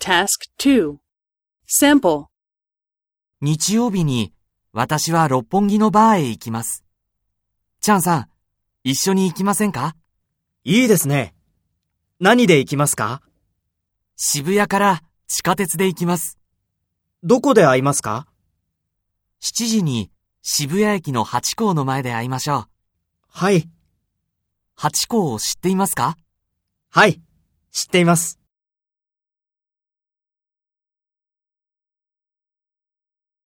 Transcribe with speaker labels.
Speaker 1: Task 2. Sample.
Speaker 2: 日曜日に私は六本木のバーへ行きます。チャンさん、一緒に行きませんか
Speaker 3: いいですね。何で行きますか
Speaker 2: 渋谷から地下鉄で行きます。
Speaker 3: どこで会いますか
Speaker 2: 7時に渋谷駅の八甲の前で会いましょう。
Speaker 3: はい、
Speaker 2: 八甲を知っていますか
Speaker 3: はい、知っています。